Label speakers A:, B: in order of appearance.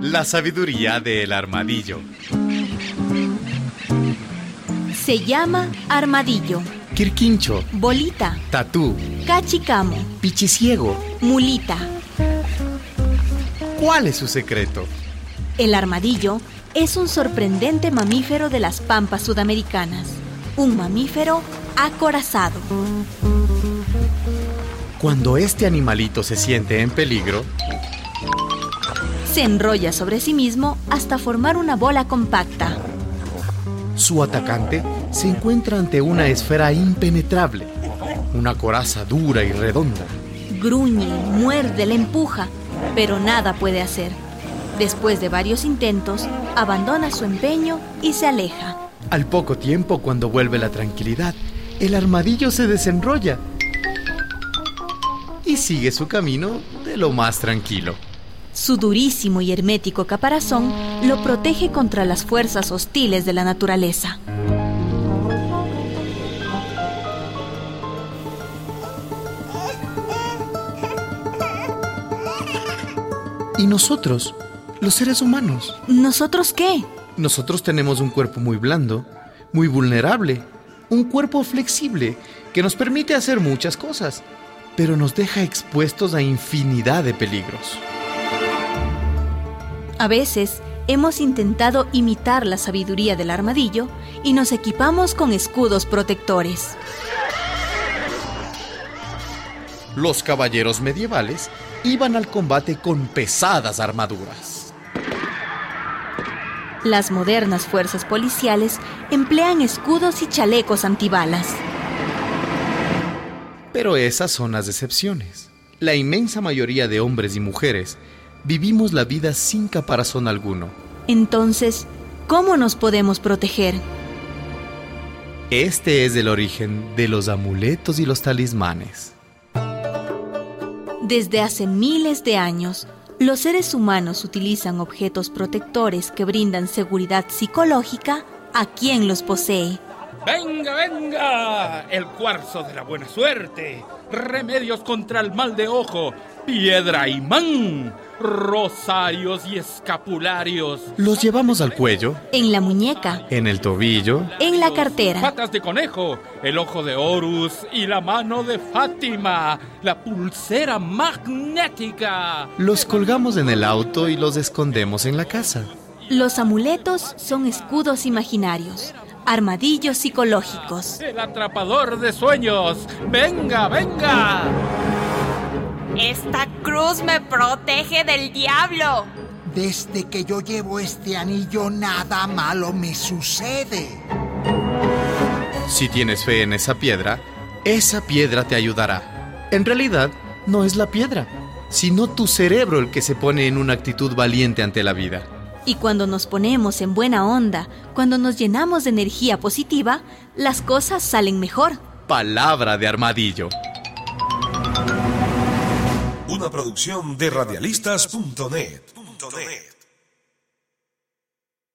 A: La sabiduría del armadillo.
B: Se llama armadillo,
C: Quirquincho,
B: bolita,
C: tatú,
B: cachicamo,
C: pichiciego.
B: mulita.
A: ¿Cuál es su secreto?
B: El armadillo es un sorprendente mamífero de las pampas sudamericanas, un mamífero acorazado.
A: Cuando este animalito se siente en peligro,
B: Se enrolla sobre sí mismo hasta formar una bola compacta.
C: Su atacante se encuentra ante una esfera impenetrable, una coraza dura y redonda.
B: Gruñe, muerde, le empuja, pero nada puede hacer. Después de varios intentos, abandona su empeño y se aleja.
C: Al poco tiempo, cuando vuelve la tranquilidad, el armadillo se desenrolla
A: y sigue su camino de lo más tranquilo.
B: Su durísimo y hermético caparazón lo protege contra las fuerzas hostiles de la naturaleza.
C: y nosotros, los seres humanos,
B: ¿Nosotros qué?
C: Nosotros tenemos un cuerpo muy blando, muy vulnerable, un cuerpo flexible que nos permite hacer muchas cosas, pero nos deja expuestos a infinidad de peligros.
B: A veces hemos intentado imitar la sabiduría del armadillo y nos equipamos con escudos protectores.
A: Los caballeros medievales iban al combate con pesadas armaduras.
B: Las modernas fuerzas policiales emplean escudos y chalecos antibalas.
A: Pero esas son las excepciones. La inmensa mayoría de hombres y mujeres vivimos la vida sin caparazón alguno.
B: Entonces, ¿cómo nos podemos proteger?
A: Este es el origen de los amuletos y los talismanes.
B: Desde hace miles de años, los seres humanos utilizan objetos protectores que brindan seguridad psicológica a quien los posee.
D: ¡Venga, venga! El cuarzo de la buena suerte. Remedios contra el mal de ojo. Piedra imán. Rosarios y escapularios.
A: Los llevamos al cuello,
B: En la muñeca,
A: en el tobillo,
B: en la cartera,
D: Patas de conejo, el ojo de Horus y la mano de Fátima, la pulsera magnética.
A: los colgamos en el auto y los escondemos en la casa.
B: los amuletos son escudos imaginarios, armadillos psicológicos.
D: El atrapador de sueños. ¡Venga, venga!
E: Esta cruz me protege del diablo.
F: Desde que yo llevo este anillo nada malo me sucede.
A: Si tienes fe en esa piedra, esa piedra te ayudará. En realidad, no es la piedra, sino tu cerebro el que se pone en una actitud valiente ante la vida.
B: Y cuando nos ponemos en buena onda, cuando nos llenamos de energía positiva, las cosas salen mejor.
A: Palabra de armadillo.
G: Una producción de radialistas.net.